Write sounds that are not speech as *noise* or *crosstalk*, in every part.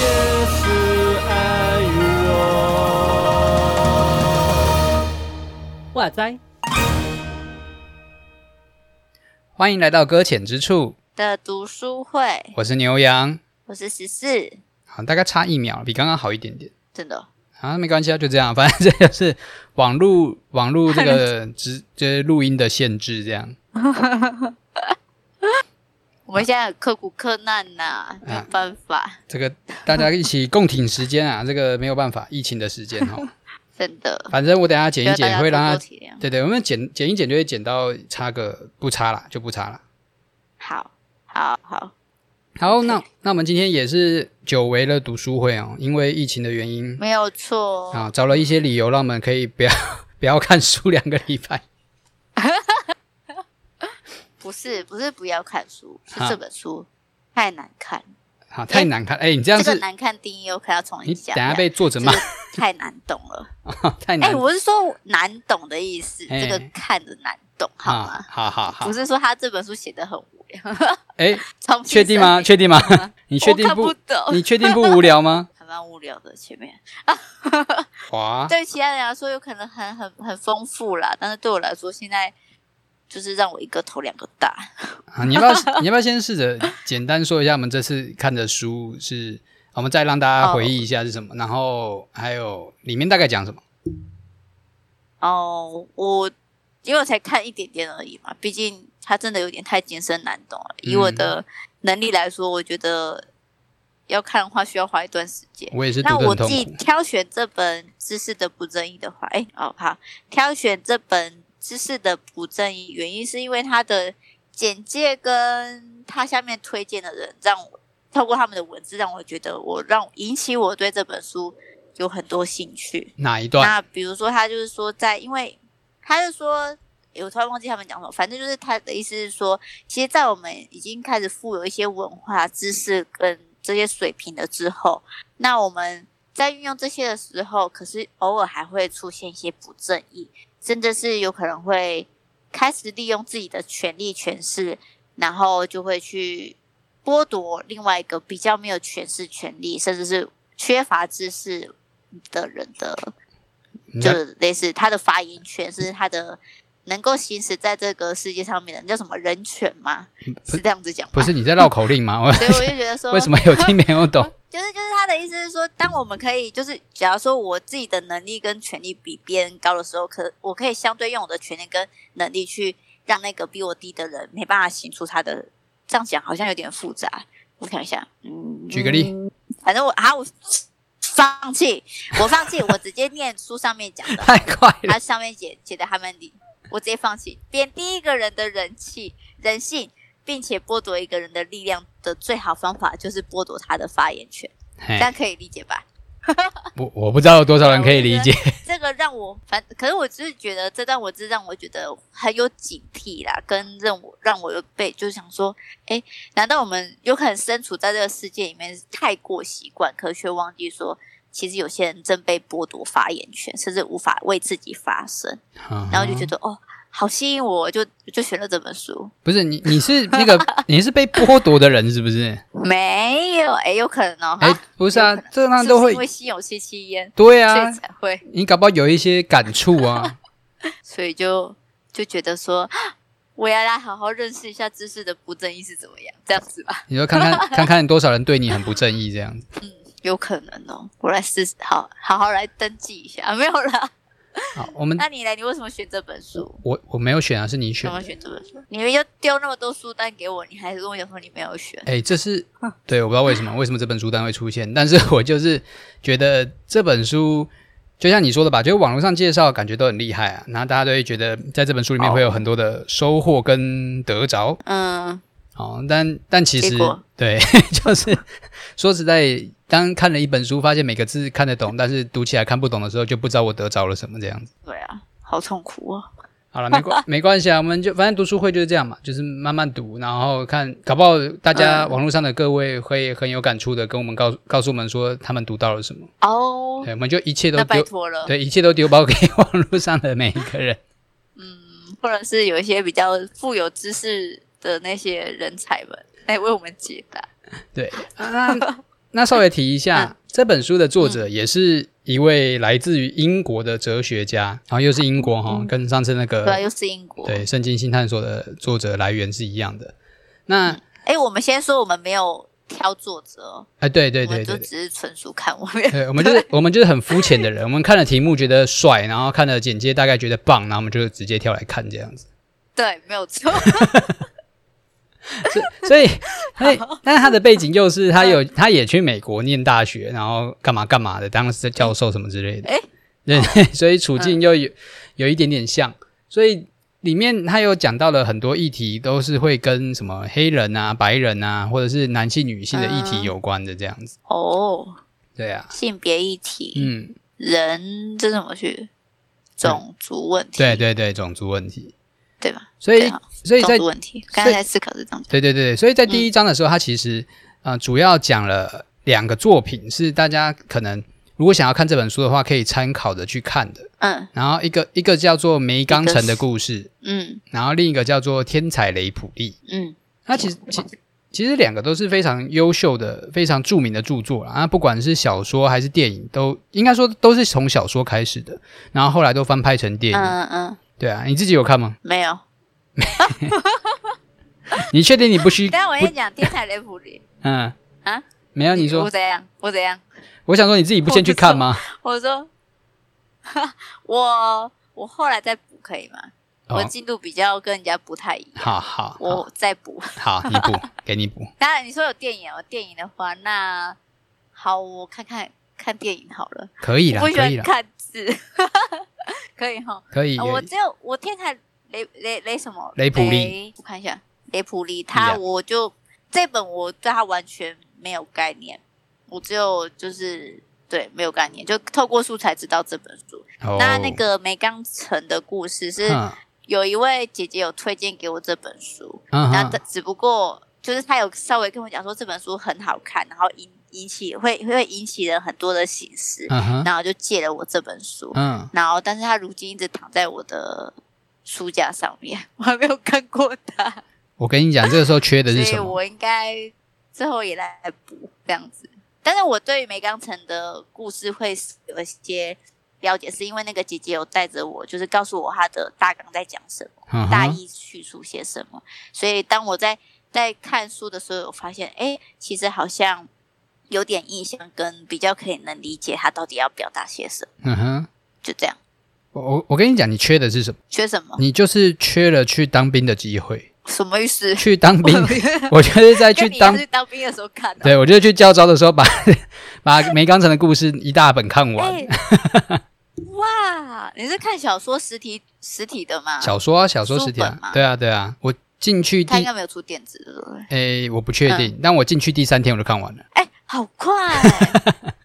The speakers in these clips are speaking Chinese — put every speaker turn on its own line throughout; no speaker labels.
也是爱与我。
哇塞，
欢迎来到搁浅之处，
的读书会，
我是牛羊。
我是十四，
好，大概差一秒，比刚刚好一点点。
真的哦
啊，没关系啊，就这样， *laughs* 反正这就是网络网络这个直就是录音的限制，这样。
我们现在很刻苦克难
啊
呐、没有办法，
这个大家一起共挺时间啊，这 *laughs* 个没有办法，疫情的时间
*laughs*
哦。
真的。
反正我等一下剪一
希望
剪，
大家
会让
多
它
多体谅。
对对，我们剪剪一剪就会剪到差个不差啦，就不差啦。
好，好，好，
好，
*laughs*
那那我们今天也是久违了读书会哦，因为疫情的原因
没有错。
啊，找了一些理由让我们可以不要 *laughs* 不要看书两个礼拜。
不是，不是不要看书，是
啊
这本书太难看了。
啊，太难看！哎、你这样
这个
是，
难看定义又看到重
你
新
等
讲。
下被作者
这
骂
个，太难懂了。
*laughs* 太
哎、
难。
我是说难懂的意思，
哎
这个看着难懂，好
啊
吗？，
好好好
不，是说他这本书写的很无聊，
哎、
重新
确定吗？
审
确定吗？你
理
确定
*laughs* 我看
不 *laughs*
不？懂，
你确定不无聊
*laughs*
吗？
还蛮无聊的。前面
哇，
对其他人来说有可能很很很丰富啦，但是对我来说，现在就是让我一个头两个大。
啊你要不要？你要不要先试着简单说一下我们这次看的书是？我们再让大
哦
家回忆一下是什么，然后还有里面大概讲什么？
哦，我因为我才看一点点而已嘛，毕竟它真的有点太艰深难懂了。以我的能力来说，我觉得要看的话需要花一段时间。
我也是
那
读的
我
很
自
痛
己
苦。
挑选这本《知识的不正义》的话，哎，哦好，挑选这本《知识的不正义》，原因是因为它的简介跟它下面推荐的人，让我透过他们的文字，让我觉得我让引起我对这本书有很多兴趣。
哪一段？
那比如说，他就是说在，因为他是说，诶我突然忘记他们讲什么，反正就是他的意思是说，其实，在我们已经开始富有一些文化知识跟这些水平了之后，那我们在运用这些的时候，可是偶尔还会出现一些不正义，甚至是有可能会开始利用自己的权利权势，然后就会去剥夺另外一个比较没有权势、权利，甚至是缺乏知识的人的
你
就
在
是类似他的发言权是他的能够行使在这个世界上面的，那叫什么人权吗？是这样子讲吗？
嗯不是你在绕口令吗？我
所以我就觉得
*laughs*
说，
为什么有听没有
*laughs*
懂？
就是就是他的意思是说，当我们可以就是，假如说我自己的能力跟权力比别人高的时候，可我可以相对用我的权力跟能力去让那个比我低的人没办法行出他的。这样讲好像有点复杂，我想一下，嗯，
举个例
嗯，反正我啊，我 *laughs* 放弃，我放弃，我直接念书上面讲的，
太快
*laughs*
了！
它上面写写的他们里，我直接放弃，贬低一个人的人气、人性，并且剥夺一个人的力量的最好方法就是剥夺他的发言权，
嘿
这样可以理解吧？
我我不知道有多少人可以理解。
这个让我反，可是我只是觉得这段文字让我觉得很有警惕啦，跟让我让我有被就是想说，哎，难道我们有可能身处在这个世界里面太过习惯，可却忘记说，其实有些人正被剥夺发言权，甚至无法为自己发声。然后就觉
得
得哦，好吸引我，就就选了这本书。
不是你，你
*laughs*
是那个你是被剥夺的人是不是？
没有，哎，有可能哦，
哎
哈，
不是啊，
有可能
这样
是不
都
是
会
因为心有戚戚焉，
对
所
啊
以，才会，
你搞不好有一些感触啊。 *laughs*
所以就就觉得说，啊我要来好好认识一下知识的不正义是怎么样，这样子吧，
你说看
*laughs*
看看看多少人对你很不正义这样子。
有可能哦，我来试试，好好好来登记一下，没 *laughs* 有啦。
好，我们
那你来，你为什么选这本书？
我我没有选啊，是你
为
嗯选
什么
的。
选这本书？你们就丢那么多书单给我，你还是跟我讲说你没有选？
哎，这是
啊
对，我不知道为什么为什么这本书单会出现，但是我就是觉得这本书。就像你说的吧，就是网络上介绍感觉都很厉害啊，然后大家都会觉得在这本书里面会有很多的收获跟得着。
嗯，
哦，但但其实
结果
对， *laughs* 就是说实在，当看了一本书，发现每个字看得懂，但是读起来看不懂的时候，就不知道我得着了什么这样子
对啊，好痛苦哦。
好了，没
*laughs*
关没关系啊，我们就反正读书会就是这样嘛，就是慢慢读，然后看，搞不好大家
嗯
网络上的各位会很有感触的，跟我们告诉告诉我们说他们读到了什么，
哦，
对，我们就一哎切都
那拜
丢，
托了，
对，一切都丢包给 *laughs* 网络上的每一个人。
或者是有一些比较富有知识的那些人才们来为我们解答。
对，那 *laughs* 那稍微提一下，这本书的作者也是一位来自于英国的哲学家，然后又是英国哈，
嗯
跟上次那
对啊，
个
又是英国。
对《圣经新探索》的作者来源是一样的。那
哎，我们先说我们没有挑作者哦，
哎，对对
我
对
们就
对。
只是纯属看我们。
对，我们就是我们就是很肤浅的人，我们看了题目觉得帅，然后看了简介大概觉得棒，然后我们就直接跳来看这样子。
*laughs* 对，没有错。
所以，所以，但是他的背景又是他有，他也去美国念大学，然后干嘛干嘛的，当时教授什么之类的。
诶
对， *laughs* 所以处
嗯
境又有、有一点点像，所以里面他有讲到了很多议题，都是会跟什么黑人啊、白人啊，或者是男性、女性的议题
嗯
有关的这样子。
哦，
对啊，
性别议题，
嗯，
人这怎么去？种族问题，
对对对，种族问题。
对吧？
所以
对，啊
所以在
种族问嗯题，刚才在思考这种。
对对对，所以在第一章的时候，他其实呃主要讲了两个作品，是大家可能如果想要看这本书的话，可以参考的去看的。
嗯
然后一个一个叫做《梅冈城的故事》，
嗯
然后另一个叫做《天才雷普利》。
嗯，
它其实其其实两个都是非常优秀的、非常著名的著作啦。啊，不管是小说还是电影，都应该说都是从小说开始的，然后后来都翻拍成电影。
嗯嗯，
对啊，你自己有看吗？
没有。
你确定你不
*laughs*
虚？
但我
不
先讲天才雷普利
嗯，
啊，
没有你
我
说，
怎样？我怎样？
我想说你自己不先去看吗？
我说， *laughs* 我我后来再补可以吗？
哦
我进度比较跟人家不太一样，
好好
我再补。 *laughs*
好，好你补，给你补。
当然你说有电影哦，电影的话，那好，我看看看电影好了。
可以啦，
我不喜
可以
欢
啦，
看字， *laughs* 可以哈。
可以。
啊我
可以
只有我天才雷雷雷什么
雷普利啊
利，我看一下雷普利，他
Yeah
我就这本我对他完全没有概念，我只有就是对没有概念，就透过书才知道这本书。
哦
那那个梅冈城的故事是
嗯
有一位姐姐有推荐给我这本书，
嗯
然
哼
后她只不过就是她有稍微跟我讲说这本书很好看，然后引引起会会引起人很多的形式，
嗯哼
然后就借了我这本书，
嗯，
然后，但是他如今一直躺在我的书架上面，我还没有看过他，
我跟你讲，这个时候缺的
所
是什
以
么？
我应该之后也来补这样子。但是我对于梅冈城的故事会有一些了解，是因为那个姐姐有带着我，就是告诉我她的大纲在讲什么，
嗯
大
哼，
意叙述些什么。所以当我在在看书的时候，有发现，哎，其实好像有点印象，跟比较可以能理解他到底要表达些什么，
嗯哼，
就这样。
我我我跟你讲，你缺的是什么？
缺什么？
你就是缺了去当兵的机会，
什么意思？。
去当兵
*laughs* 跟
我就是在去
你
当
要，去当兵的时候看的、
对我就是去教招的时候把 *laughs* 把梅冈城的故事一大本看完。
哎， *laughs* 哇，你是看小说实体实体的吗？
小说啊，小说实体
书本
啊，
嘛
对啊，对啊。我进去第
他应该没有出电子的，对不对？
诶，我不确
嗯
定，但我进去第三天我就看完了。
哎，好快、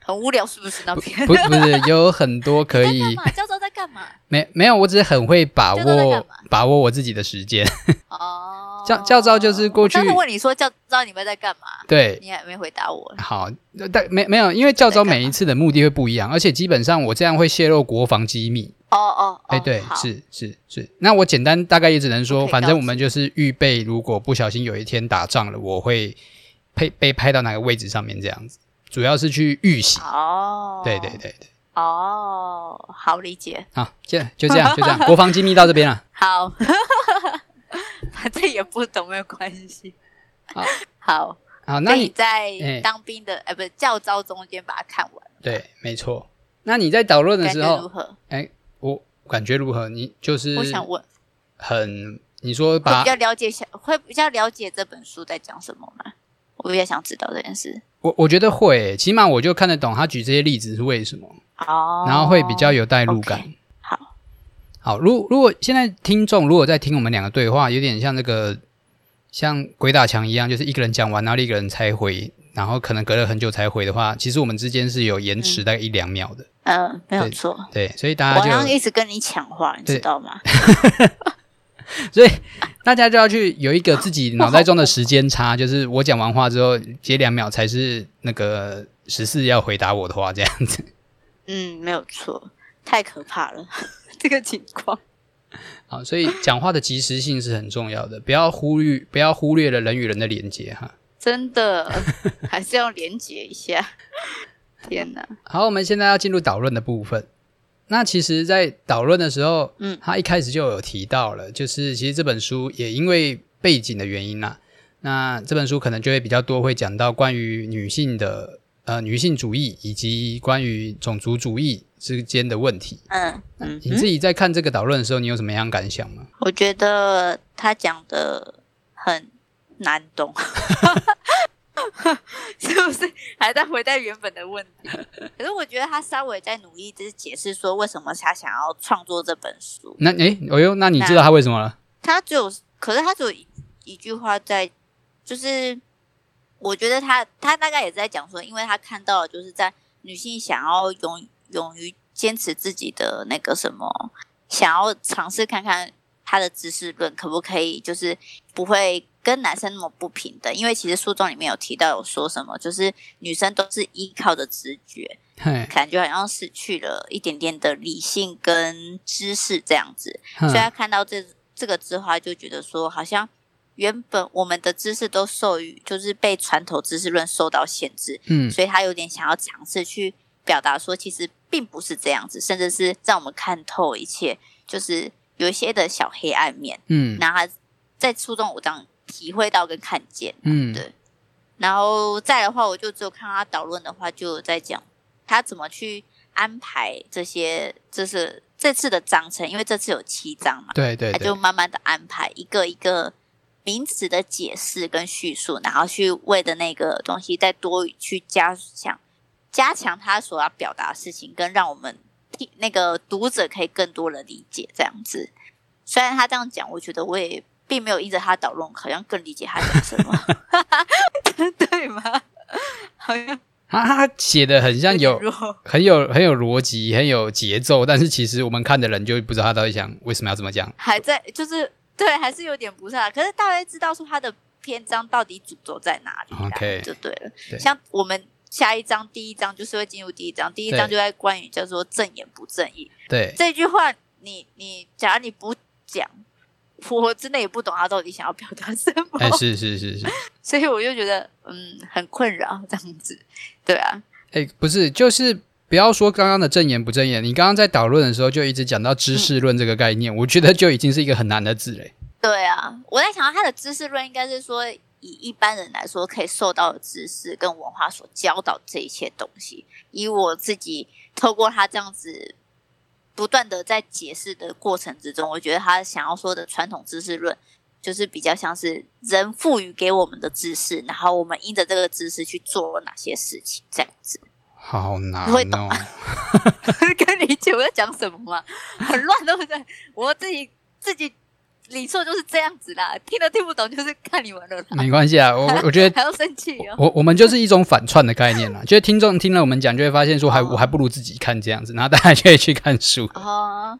很无聊是不是那篇？ *laughs*
不不是，有很多可
在干
以
嘛？教授在干嘛？
没没有，我只是很会把
教招在
握
干嘛
把握我自己的时间。 *laughs*
哦，
教教招就是过去
但是问你说教招你们在干嘛？
对，
你还没回答我。
好，但没没有，因为教招每一次的目的会不一样，而且基本上我这样会泄露国防机密。
哦哦，哦
哎、对，
好
是是是。那我简单大概也只能说，
OK，
反
告
正
知
我们就是预备，如果不小心有一天打仗了，我会被被派到哪个位置上面这样子，主要是去预习。
哦，
对对，对对，
哦，好理解，
好，就就这样就
*laughs*
这样，国防机密到这边了。
好， *laughs* 反正也不懂没有关系。
好
好，
好，啊那
那你
你
在
哎
当兵的，哎、不是教招中间把它看完，
对，没错。那你在讨论的
感
时
觉如
候，
何？
我感觉如何？你就是
我想问，
很，你说
会
把
比较了解小，会比较了解这本书在讲什么吗？我比较想知道这件事。
我我觉得会欸、起码我就看得懂他举这些例子是为什么，
哦，
然后会比较有代入感。
OK，好，
好，如如果现在听众如果在听我们两个对话，有点像那个像鬼打墙一样，就是一个人讲完，然后另一个人才回，然后可能隔了很久才回的话，其实我们之间是有延迟大概一两秒的。
嗯，没有错。
对，所以
我
大
刚
家
刚
就，
一直跟你抢话，你知
对
道吗？
所以大家就要去有一个自己脑袋中的时间差，就是我讲完话之后接两秒才是那个十四要回答我的话，这样子。 *laughs*
嗯，没有错，太可怕了， *laughs* 这个情况。
好，所以讲话的及时性是很重要的，不要忽略不要忽略了人与人的连接哈。
真的还是要连接一下。天哪，
好，我们现在要进入导论的部分。那其实，在导论的时候，
嗯
他一开始就有提到了，就是其实这本书也因为背景的原因啦、那这本书可能就会比较多会讲到关于女性的呃女性主义以及关于种族主义之间的问题。
嗯嗯
你自己在看这个导论的时候，你有什么样感想吗？
我觉得他讲的很难懂， *laughs* 是不是？还在回答原本的问题。可是我觉得他稍微在努力，就是解释说为什么他想要创作这本书。
那诶，哎呦，那你知道他为什么了？
他只有，可是他只有一一句话在，就是我觉得他他大概也在讲说，因为他看到了就是在女性想要勇勇于坚持自己的那个什么，想要尝试看看他的知识论可不可以，就是不会跟男生那么不平等，因为其实书中里面有提到有说什么，就是女生都是依靠着直觉，
嘿，
感觉好像失去了一点点的理性跟知识这样子，
哼
所以他看到这这个之后，他就觉得说，好像原本我们的知识都受于，就是被传统知识论受到限制，
嗯
所以他有点想要尝试去表达说，其实并不是这样子，甚至是让我们看透一切，就是有一些的小黑暗面。
嗯
那他在初中五章体会到跟看见，
嗯
对然后再的话，我就只有看到他导论的话，就有在讲他怎么去安排这些，就是这次的章程，因为这次有七章嘛，
对对
他就
对，
慢慢的安排一个一个名词的解释跟叙述，然后去为的那个东西再多去加强加强他所要表达的事情，跟让我们听那个读者可以更多的理解这样子。虽然他这样讲，我觉得我也并没有依着他导论，好像更理解他讲什
*laughs*
么，对吗？好像
他他写的很像
点
有
弱，
很有很有逻辑，很有节奏，但是其实我们看的人就不知道他到底想为什么要这么讲。
还在就是对，还是有点不上来。可是大概知道说他的篇章到底主轴在哪里啦啊
OK
就对了。
对
像我们下一章、第一章就是会进入第一章，第一章
对
就在关于叫做“正言不正义
对”，
这句话你，你假如你不讲，我真的也不懂他到底想要表达什么，
哎，是是是是，
所以我就觉得嗯很困扰这样子，对啊，
哎，不是，就是不要说刚刚的正言不正言，你刚刚在导论的时候就一直讲到知识论这个概念，我觉得就已经是一个很难的字嘞。
对啊，我在想他的知识论应该是说，以一般人来说可以受到的知识跟文化所教导这一些东西。以我自己透过他这样子不断的在解释的过程之中，我觉得他想要说的传统知识论，就是比较像是人赋予给我们的知识，然后我们因着这个知识去做哪些事情，这样子。
好难
不会
哦，
*laughs* 跟理解我在讲什么嘛， *laughs* 很乱，对不对？我自己自己理受就是这样子啦，听都听不懂，就是看你们的啦。
*laughs* 没关系啊，我我觉得。
*laughs* 还要生气哦。
我我们就是一种反串的概念啦，就是听众听了我们讲，就会发现说还
哦
我还不如自己看这样子，然后大家就会去看书。
哦，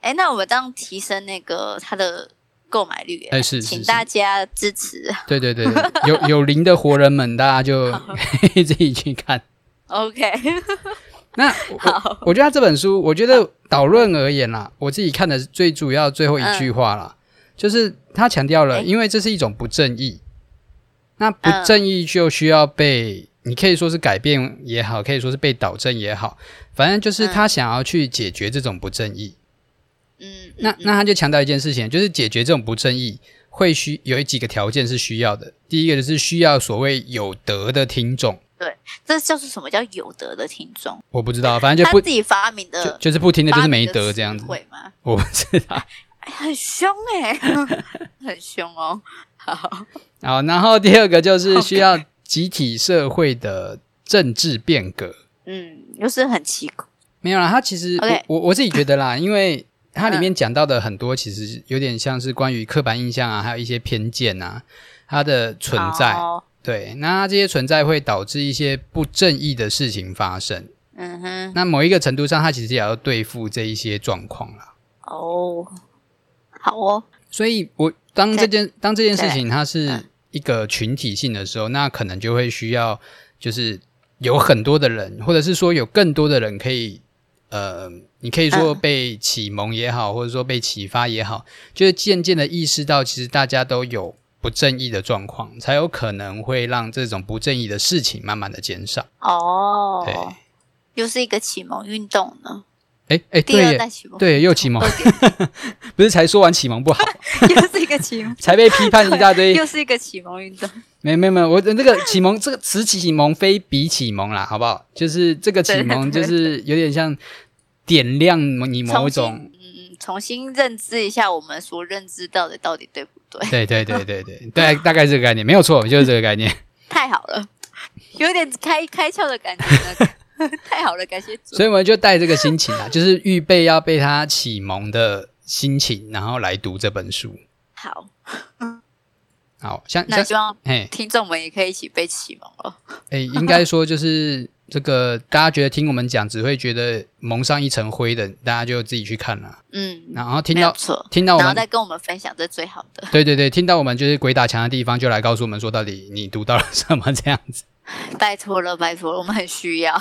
哎，那我们当提升那个它的购买率耶，
哎是是
请
是
大家支持。 *laughs*
对对对，对有有灵的活人们，大家就可以自己去看。
OK，
那我我我觉得他这本书，我觉得导论而言啦，我自己看的最主要最后一句话啦，就是他强调了，
嗯哎
因为这是一种不正义，那不
嗯
正义就需要被、你可以说是改变也好，可以说是被导正也好，反正就是他想要去解决这种不正义。
嗯，
那那他就强调一件事情，就是解决这种不正义会需有几个条件是需要的，第一个就是需要所谓有德的听众，
这就是什么叫有德的听众？
我不知道，反正就
他
不
自己发明
就
的，
就是不听的就是
发
没
明的
德这样子
词。汇吗？
我不知道。
哎很凶哎，很凶哦。好，
*laughs* 好，然后第二个就是需要集体社会的政治变革。
嗯，又是很奇怪。
没有啦，它其实
OK
我我我自己觉得啦，因为它里面讲到的很多，其实有点像是关于刻板印象啊，还有一些偏见啊，它的存在。
哦
对，那这些存在会导致一些不正义的事情发生。
嗯哼，
那某一个程度上，他其实也要对付这一些状况啊啦。
哦，好哦，
所以我当这件当这件事
对
情它是
嗯
一个群体性的时候，那可能就会需要就是有很多的人，或者是说有更多的人可以。呃，你可以说
嗯
被启蒙也好，或者说被启发也好，就是渐渐的意识到，其实大家都有不正义的状况，才有可能会让这种不正义的事情慢慢的减少。对，
哦，又是一个启蒙运动呢，
哎哎，
第
对
二
耶，
代启蒙，
对，又启蒙， *laughs* 不是才说完启蒙不好，
*laughs* 又是一个
*laughs*
启蒙，
才被批判一大
*laughs*
堆
又。是一个启蒙运动，
没没没，我那个启蒙这个此启蒙非彼启蒙啦，好不好？就是这个启蒙，
对
就
对
是有点像点亮你某
重新
种，
嗯，重新认知一下我们所认知到的到底对不对， *laughs*
对对对对对， *laughs* 对，大概是这个概念，没有错，就是这个概
*laughs*
念。
太好了，有点开开窍的感觉呢。 *laughs* 太好了，感谢主
所。以我们就带这个心情啊，就是预备要被他启蒙的心情，然后来读这本书。
好，
好像
那
像
希望
哎
听众们也可以一起被启蒙了。
哎，应该说就是这个，大家觉得听我们讲只会觉得蒙上一层灰的，大家就自己去看啦。
嗯，
然后听
没有
到
错。
听到我
然后
们
再跟我们分享这最好的，
*laughs* 对对对，听到我们就是鬼打墙的地方，就来告诉我们说到底你读到了什么这样子。 *laughs*
拜托了，拜托了，我们很需要。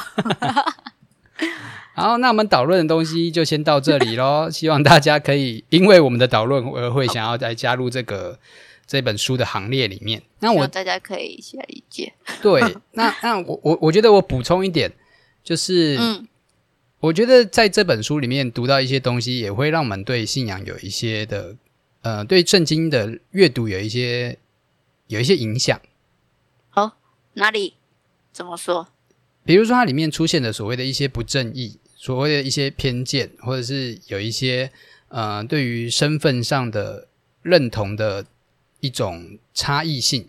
好，那我们导论的东西就先到这里喽，希望大家可以因为我们的导论而会想要再加入这个这本书的行列里面。那
希
我
望大家可以一起来理解。
对， *laughs* 那那我我我觉得我补充一点，就是、
嗯
我觉得在这本书里面读到一些东西，也会让我们对信仰有一些的呃，对圣经的阅读有一些有一些影响。
哪里？怎么说？
比如说它里面出现的所谓的一些不正义，所谓的一些偏见，或者是有一些呃对于身份上的认同的一种差异性，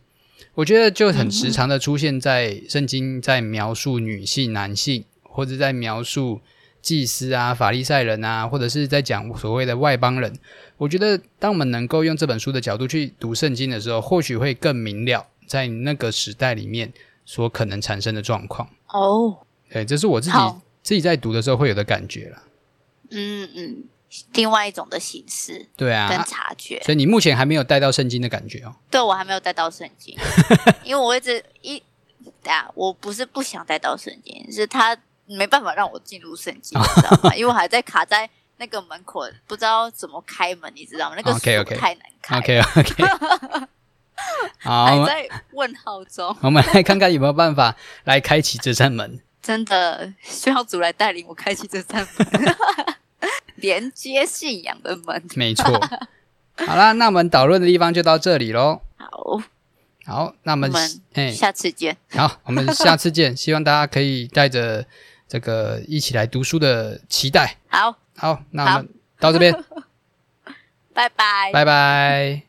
我觉得就很时常的出现在圣经在描述女性、男性，或者在描述祭司啊、法利赛人啊，或者是在讲所谓的外邦人。我觉得当我们能够用这本书的角度去读圣经的时候，或许会更明了在那个时代里面所可能产生的状况。
哦，
对，这是我自己
好
自己在读的时候会有的感觉啦。
嗯嗯，另外一种的形式
对啊，
跟
啊
察觉。
所以你目前还没有带到圣经的感觉哦。
对我还没有带到圣
*laughs*
经，因为我一直一啊，我不是不想带到圣经，是他没办法让我进入圣
哦
经，你知道吗？因为我还在卡在那个门口，不知道怎么开门，你知道吗？那个
OK，OK
锁太难开
OK
*laughs*
OK，好，我
还
们
在问号中。
我们来看看有没有办法来开启这扇门。
真的需要主来带领我开启这扇门， *laughs* 连接信仰的门。
没
*laughs*
错。好啦，那我们导论的地方就到这里喽。
好，
好，那我们
我们
哎，
下次见。
好，我们下次见。 *laughs* 希望大家可以带着这个一起来读书的期待。
好， *laughs*
好，那我们到这边，
拜拜。
拜拜。